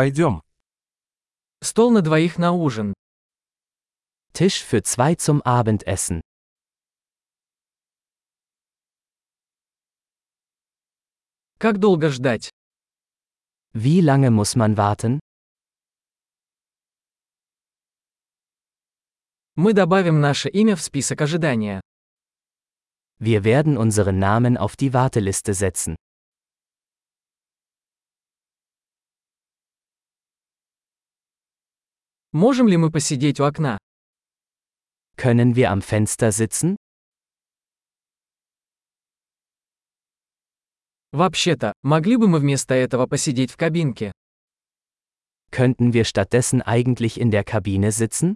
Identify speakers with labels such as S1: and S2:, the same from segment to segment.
S1: Пойдем.
S2: Стол на двоих на ужин.
S3: Tisch für zwei zum Abendessen.
S2: Как долго ждать?
S3: Wie lange muss man warten?
S2: Мы добавим наше имя в список ожидания.
S3: Wir werden unseren Namen auf die Warteliste setzen.
S2: Можем ли мы посидеть у окна?
S3: Können wir am Fenster sitzen?
S2: Вообще-то, могли бы мы вместо этого посидеть в кабинке?
S3: Könnten wir stattdessen eigentlich in der Kabine sitzen?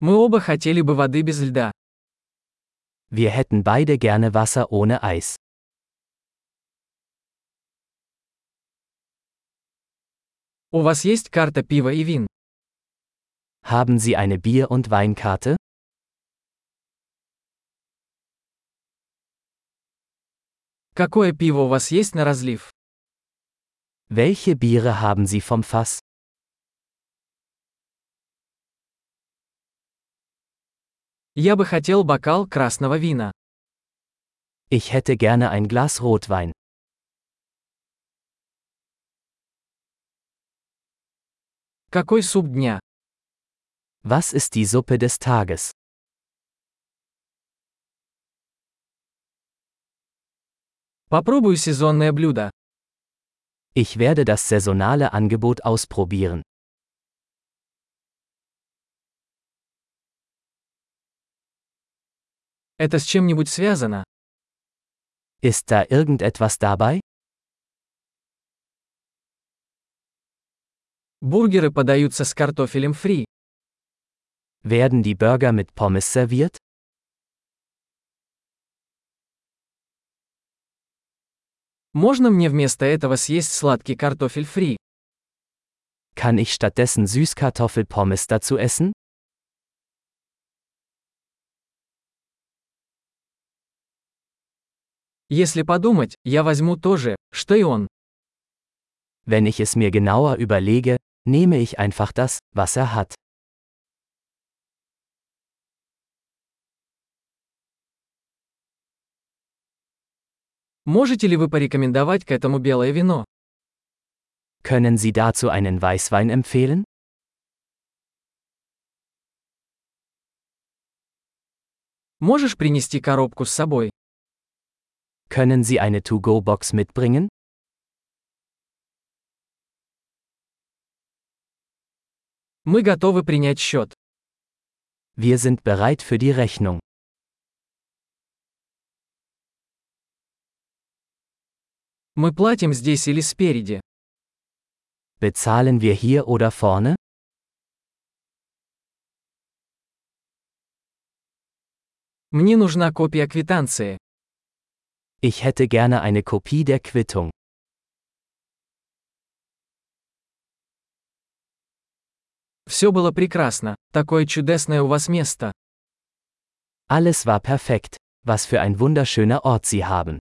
S2: Мы оба хотели бы воды без льда.
S3: Wir hätten beide gerne Wasser ohne Eis.
S2: У вас есть карта пива и вин?
S3: Haben Sie eine Bier- und Weinkarte?
S2: Какое пиво у вас есть на разлив?
S3: Welche Biere haben Sie vom Fass?
S2: Я бы хотел бокал красного вина.
S3: Ich hätte gerne ein Glas Rotwein.
S2: Какой суп дня?
S3: Was ist die Suppe des Tages?
S2: Попробую сезонное блюдо.
S3: Ich werde das saisonale Angebot ausprobieren.
S2: Это с чем-нибудь связано?
S3: Ist da irgendetwas dabei?
S2: Бургеры подаются с картофелем фри.
S3: Werden die Burger mit Pommes serviert?
S2: Можно мне вместо этого съесть сладкий картофель фри?
S3: Kann ich stattdessen Süßkartoffelpommes dazu essen?
S2: Если подумать, я возьму то же, что и он.
S3: Wenn ich es mir genauer überlege, nehme ich einfach das, was er hat.
S2: Можете ли вы порекомендовать к этому белое вино?
S3: Können Sie dazu einen Weißwein empfehlen?
S2: Можешь принести коробку с собой?
S3: Können Sie eine To-Go-Box mitbringen?
S2: Мы готовы принять счет.
S3: Wir sind bereit für die Rechnung.
S2: Мы платим здесь или спереди.
S3: Bezahlen wir hier oder vorne?
S2: Мне нужна копия квитанции.
S3: Ich hätte gerne eine Kopie der Quittung.
S2: Все было прекрасно. Такое чудесное у вас место.
S3: Alles war perfekt. Was für ein wunderschöner Ort Sie haben.